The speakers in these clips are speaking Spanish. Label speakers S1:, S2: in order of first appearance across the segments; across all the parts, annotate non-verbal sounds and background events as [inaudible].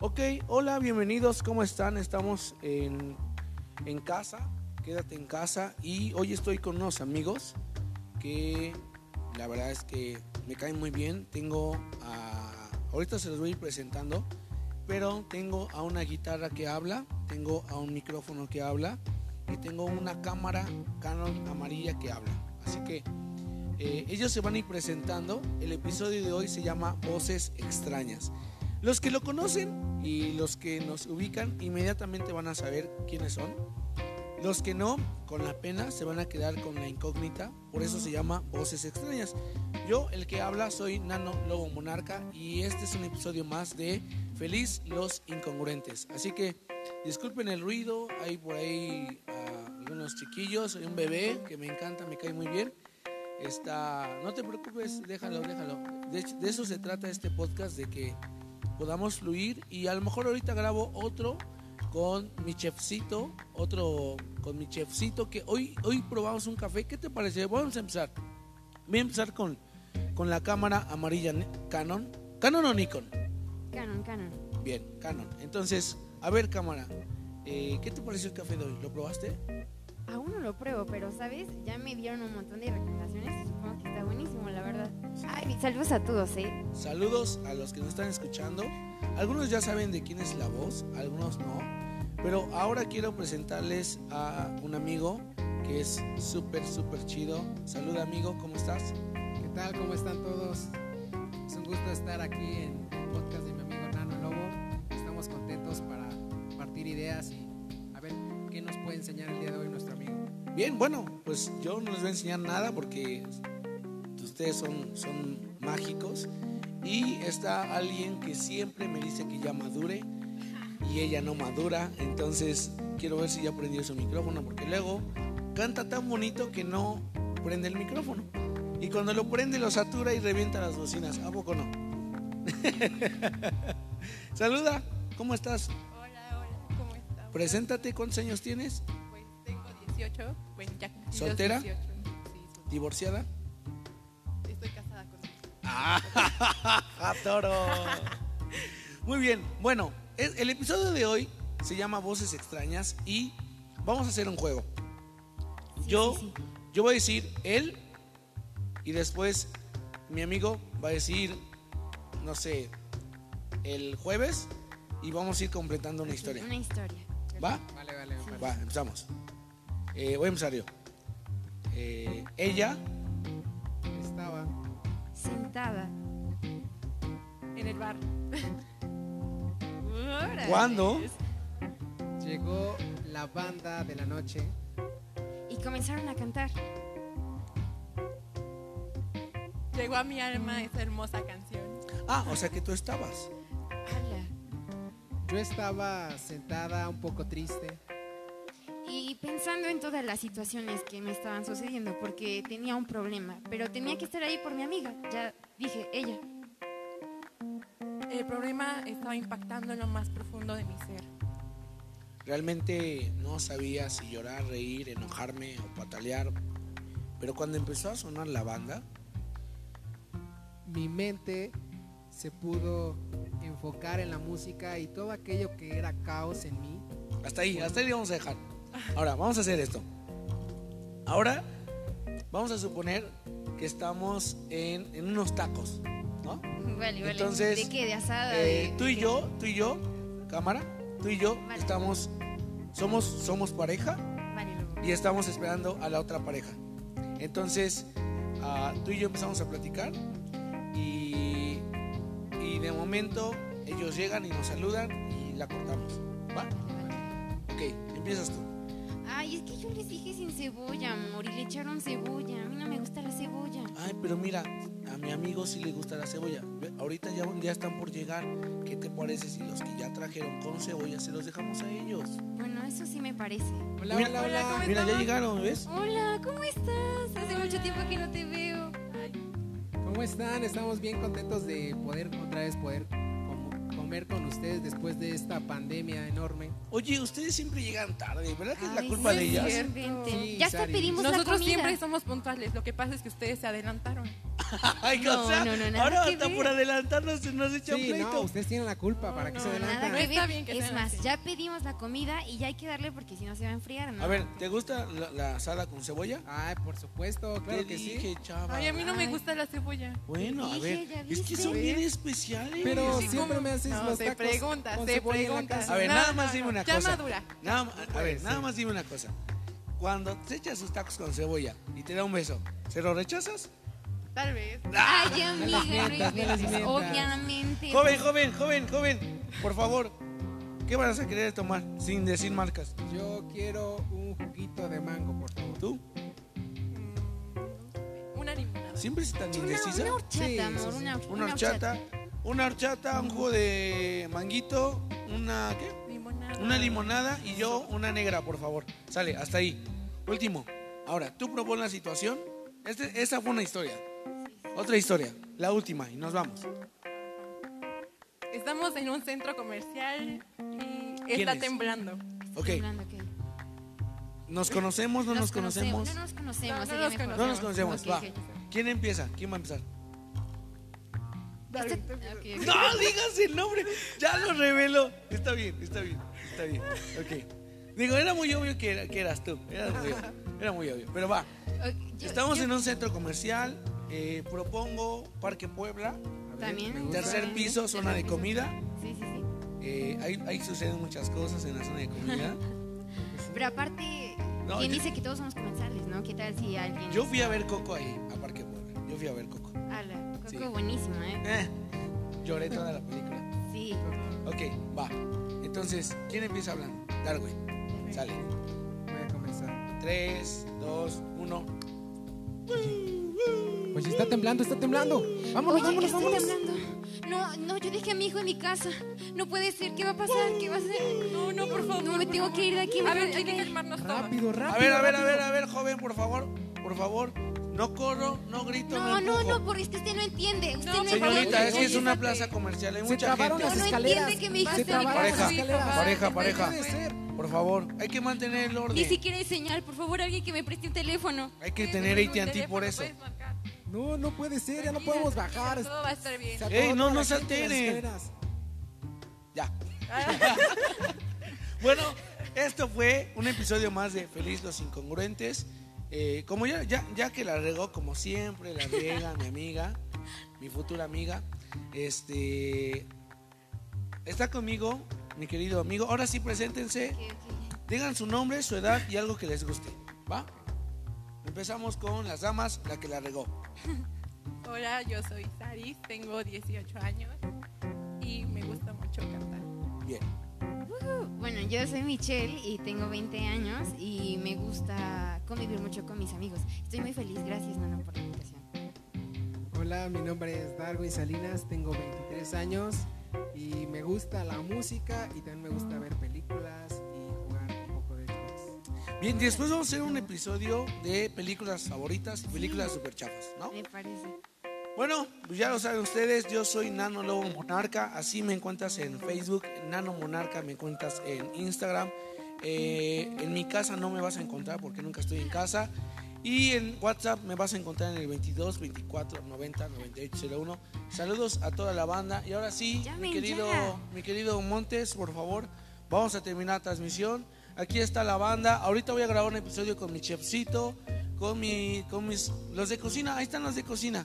S1: Ok, hola, bienvenidos, ¿cómo están? Estamos en, en casa, quédate en casa y hoy estoy con unos amigos que la verdad es que me caen muy bien. Tengo a... Ahorita se los voy a ir presentando, pero tengo a una guitarra que habla, tengo a un micrófono que habla y tengo una cámara Canon amarilla que habla. Así que eh, ellos se van a ir presentando. El episodio de hoy se llama Voces Extrañas. Los que lo conocen y los que nos ubican inmediatamente van a saber quiénes son. Los que no, con la pena, se van a quedar con la incógnita. Por eso se llama Voces Extrañas. Yo, el que habla, soy Nano Lobo Monarca y este es un episodio más de Feliz los Incongruentes. Así que disculpen el ruido, hay por ahí ah, algunos chiquillos, hay un bebé que me encanta, me cae muy bien. Está, no te preocupes, déjalo, déjalo. De, hecho, de eso se trata este podcast, de que podamos fluir y a lo mejor ahorita grabo otro con mi chefcito, otro con mi chefcito que hoy, hoy probamos un café. ¿Qué te parece? Vamos a empezar. Voy a empezar con, con la cámara amarilla ne- Canon. ¿Canon o Nikon?
S2: Canon, canon.
S1: Bien, Canon. Entonces, a ver cámara, eh, ¿qué te pareció el café de hoy? ¿Lo probaste?
S2: Aún no lo pruebo, pero ¿sabes? Ya me dieron un montón de recomendaciones y supongo que está buenísimo, la verdad. Ay, saludos a todos, ¿eh?
S1: Saludos a los que nos están escuchando. Algunos ya saben de quién es la voz, algunos no. Pero ahora quiero presentarles a un amigo que es súper, súper chido. Saluda amigo, ¿cómo estás?
S3: ¿Qué tal? ¿Cómo están todos? Es un gusto estar aquí en el podcast de mi amigo Nano Lobo. Estamos contentos para compartir ideas y a ver qué nos puede enseñar el día de hoy nuestro amigo.
S1: Bien, bueno, pues yo no les voy a enseñar nada porque ustedes son, son mágicos. Y está alguien que siempre me dice que ya madure y ella no madura. Entonces quiero ver si ya prendió su micrófono porque luego canta tan bonito que no prende el micrófono. Y cuando lo prende lo satura y revienta las bocinas. ¿A poco no? [laughs] Saluda, ¿cómo estás?
S4: Hola, hola, ¿cómo estás?
S1: Preséntate, ¿cuántos años tienes?
S4: Pues tengo 18, bueno, ya cumplí los
S1: ¿Soltera?
S4: 18. Sí, soltera.
S1: ¿Divorciada?
S4: Estoy casada con él.
S1: ¡Ah, toro! Muy bien, bueno, es- el episodio de hoy se llama Voces Extrañas y vamos a hacer un juego. Yo,
S2: sí, sí.
S1: yo voy a decir él y después mi amigo va a decir, no sé, el jueves y vamos a ir completando una historia.
S2: Una historia.
S1: ¿Va?
S3: Vale, vale, me parece.
S1: Va, empezamos. Eh, voy a empezar yo. Eh, ella,
S3: Estaba
S2: Sentada.
S4: En el bar. Órale.
S1: ¿Cuándo?
S3: llegó la banda de la noche.
S2: Y comenzaron a cantar.
S4: Llegó a mi alma esa hermosa canción.
S1: ah, o sea que tú estabas.
S2: Hola.
S3: Yo estaba sentada un poco triste.
S2: Y pensando en todas las situaciones que me estaban sucediendo, porque tenía un problema, pero tenía que estar ahí por mi amiga. Ya dije, ella.
S4: El problema estaba impactando en lo más profundo de mi ser.
S1: Realmente no sabía si llorar, reír, enojarme o patalear. Pero cuando empezó a sonar la banda,
S3: Mi mente se pudo enfocar en la música y todo aquello que era caos en mí.
S1: hasta ahí, hasta ahí le vamos a dejar. Ahora, vamos a hacer esto. Ahora, vamos a suponer que estamos en, en unos tacos, ¿no?
S2: Vale, vale.
S1: Entonces,
S2: ¿De qué? ¿De asada?
S1: Eh,
S2: ¿De
S1: tú y
S2: qué?
S1: yo, tú y yo, cámara, tú y yo
S2: Vale.
S1: estamos, somos, somos pareja
S2: Vale, luego.
S1: y estamos esperando a la otra pareja. Entonces, ah, tú y yo empezamos a platicar y, y de momento ellos llegan y nos saludan y la cortamos. ¿Va? Ok, empiezas tú.
S2: Ay, es que yo les dije sin cebolla, amor, y le echaron cebolla. A mí no me gusta la cebolla.
S1: Ay, pero mira, a mi amigo sí le gusta la cebolla. Ve, Ahorita ya, ya están por llegar. ¿Qué te parece si los que ya trajeron con cebolla se los dejamos a ellos?
S2: Bueno, eso sí me parece.
S3: Hola,
S1: Mira-
S3: hola,
S4: hola,
S3: hola.
S4: ¿cómo
S2: Pues
S1: Mira, ya
S4: estamos?
S1: llegaron, ¿ves?
S2: Hola, ¿cómo estás? Hace mucho tiempo que no te veo.
S3: ¿Cómo están? Estamos bien contentos de poder otra vez poder com- comer con ustedes después de esta pandemia enorme.
S1: Oye, ustedes siempre llegan tarde, ¿verdad que es la
S2: Ay,
S1: culpa
S2: sí,
S1: de ellas?
S2: cierto.
S4: Sí,
S2: ya hasta
S3: Sari.
S2: pedimos
S4: Nosotros
S2: Pues la comida.
S4: siempre somos puntuales, lo que pasa es que ustedes se adelantaron.
S1: Ay,
S2: No,
S1: o sea,
S2: no, no, nada
S1: ahora
S2: que
S1: hasta
S2: ver.
S1: por adelantarnos se nos echan
S3: Sí,
S1: pleito.
S3: no, ustedes tienen la culpa para que se
S2: Nada
S3: adelantan.
S2: que
S4: No está
S2: ver.
S4: bien que
S2: es
S4: sean
S2: más,
S4: así.
S2: ya pedimos la comida y ya hay que darle porque si no se va a enfriar, ¿no?
S1: A ver, ¿te gusta la, la sala con cebolla?
S3: Ay, por supuesto,
S1: Te
S3: claro que sí.
S1: dije,
S3: Ah,
S1: chava.
S4: Ay, a mí no me
S2: Ay.
S4: gusta la cebolla.
S1: Bueno, a
S2: Dije,
S1: ver, es
S2: ya
S1: que
S2: viste.
S1: son bien especiales.
S3: Pero
S4: Sí,
S3: siempre
S4: ¿cómo?
S3: me haces
S4: No,
S3: los
S4: se
S3: tacos
S4: pregunta,
S3: con
S4: se
S3: cebolla en la
S4: pregunta.
S3: casa.
S1: A ver,
S4: No,
S1: nada
S4: no,
S1: más dime
S4: no,
S1: una
S4: ya
S1: cosa.
S4: madura.
S1: Nada ma- a
S3: Puede
S1: ver, nada
S3: ser.
S1: más dime una cosa. Cuando te echas sus tacos con cebolla y te da un beso, ¿se lo rechazas?
S4: Tal vez.
S2: Ay,
S1: Ah,
S2: amiga, no
S3: mientas, no les
S2: inventes.
S3: mientas.
S2: Obviamente.
S1: Joven, joven, joven, joven, por favor, ¿qué vas a querer tomar sin decir marcas?
S3: Yo quiero un juguito de mango, por favor.
S1: ¿Tú?
S4: Una limonada.
S1: ¿Siempre es tan
S2: Una,
S1: indecisa?
S2: una horchata,
S3: Sí,
S2: amor.
S3: sí, sí.
S2: Una,
S1: Una horchata, una horchata, un jugo de manguito, una ¿qué?
S4: Limonada.
S1: Una limonada y yo una negra, por favor. Sale, hasta ahí. Último. Ahora, tú propon la situación. Este, esa fue una historia. Otra historia, la última y nos vamos.
S4: Estamos en un centro comercial y
S1: ¿Quién
S4: está
S1: es?
S4: temblando.
S1: Ok,
S2: Estoy hablando, ok.
S1: nos conocemos, no nos, conocemos.
S2: No nos conocemos.
S4: No, no
S2: sería
S4: nos
S2: mejor.
S4: conocemos.
S1: No nos conocemos,
S2: Ok,
S1: va.
S2: ok.
S1: ¿Quién empieza? ¿Quién va a empezar? [laughs]
S2: Este- ok, ok.
S1: No digas el nombre, ya lo reveló. Está bien, está bien, está bien. Ok. Digo, era muy obvio que, era- que eras tú. Era muy obvio. Era muy obvio. Pero va,
S2: Ok, yo-
S1: estamos
S2: yo-
S1: en un centro comercial. eh, propongo Parque Puebla,
S3: A ver,
S2: También.
S3: me gusta.
S1: tercer piso, zona de comida.
S2: Sí, sí, sí.
S1: Eh, ahí, ahí suceden muchas cosas en la zona de comida.
S2: Pero aparte,
S1: No,
S2: ¿quién
S1: yo-
S2: dice que todos somos comensales, no? ¿Qué tal si alguien.
S1: Yo fui a ver Coco ahí, a Parque Puebla. Yo fui a ver Coco.
S2: Ala, Coco,
S1: Sí.
S2: buenísima, ¿eh?
S1: Eh, lloré toda la película.
S2: Sí.
S1: Ok, va. Entonces, ¿quién empieza hablando? Darwin. Sale.
S3: Voy a comenzar.
S1: 3, 2, 1.
S3: Pues si está temblando, está temblando. Vámonos,
S2: Oye,
S3: vámonos,
S2: estoy
S3: vámonos.
S2: temblando. No, no, yo dejé a mi hijo en mi casa. No puede ser. ¿Qué va a pasar? ¿Qué va a ser?
S4: No, no, por favor.
S2: No me
S4: por
S2: tengo
S4: favor.
S2: que ir de aquí.
S4: A ver,
S2: me-
S4: hay que
S2: me-
S4: calmarnos todos.
S3: Rápido, rápido.
S1: A ver, a ver, a
S3: rápido.
S1: ver, a ver, joven, por favor. Por favor. No corro, no grito, no
S2: No, no,
S1: empujo.
S2: no, porque es que usted no entiende. Usted
S4: No,
S2: no,
S1: Señorita,
S2: entiende.
S1: es que es una
S4: Oye,
S1: plaza
S4: fíjate.
S1: comercial, hay
S3: Se
S1: mucha
S3: trabaron
S1: gente.
S3: las
S2: No, no
S3: escaleras.
S2: entiende que mi hija
S3: Se
S2: esté en mi
S3: trabaron
S1: casa.
S3: las
S4: Pareja,
S3: escaleras.
S1: pareja,
S3: No
S1: pareja.
S3: puede ser.
S1: Por favor, hay que mantener el
S2: Ni
S1: orden.
S2: siquiera es señal. Por favor, alguien que me preste un teléfono.
S1: Hay que
S4: Sí,
S1: tener
S4: tengo un
S1: AT&T por
S4: teléfono,
S1: eso.
S4: puedes marcar.
S3: No, no puede ser, ya no
S4: Tranquila,
S3: podemos
S4: tranquila,
S3: bajar.
S4: Todo va a estar bien.
S3: Se acabó
S1: Ey, no,
S3: toda
S1: no
S3: la
S1: se
S3: gente en las
S1: alteren.
S3: escaleras.
S1: Ya.
S4: Ah,
S1: bueno, esto fue un episodio más de Feliz los Incongruentes. Eh, como ya, ya, ya que la regó como siempre, la riega mi amiga, mi futura amiga, este está conmigo, mi querido amigo. Ahora sí, preséntense,
S2: Ok, ok.
S1: digan su nombre, su edad y algo que les guste, ¿va? Empezamos con las damas, la que la regó.
S4: Hola, yo soy Saris, tengo 18 años y me gusta mucho cantar.
S1: Bien.
S2: Bueno, yo soy Michelle y tengo 20 años y me gusta convivir mucho con mis amigos. Estoy muy feliz. Gracias, Nana, por la invitación.
S3: Hola, mi nombre es Darwin Salinas, tengo 23 años y me gusta la música y también me gusta ver películas y jugar un poco de Xbox.
S1: Bien, después vamos a hacer un episodio de películas favoritas y películas super chafas, ¿no?
S2: Me parece.
S1: Bueno, pues ya lo saben ustedes, yo soy Nano Lobo Monarca, así me encuentras en Facebook, Nano Monarca, me encuentras en Instagram, eh, en mi casa no me vas a encontrar porque nunca estoy en casa, y en WhatsApp me vas a encontrar en el 22 24 90 98 01. Saludos a toda la banda, y ahora sí, mi
S2: Llamen
S1: querido,
S2: ya.
S1: mi querido Montes, por favor, vamos a terminar la transmisión, aquí está la banda, ahorita voy a grabar un episodio con mi chefcito, con, mi, con mis, los de cocina, ahí están los de cocina.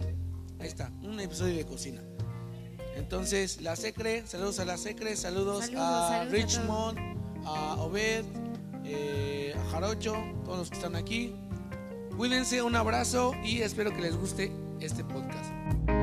S1: Ahí está, un episodio de cocina. Entonces, la Secre, saludos a la Secre, saludos,
S2: Saludos,
S1: a
S2: saludos a
S1: Richmond, a, Obed, eh, a Jarocho, todos los que están aquí. Cuídense, un abrazo y espero que les guste este podcast.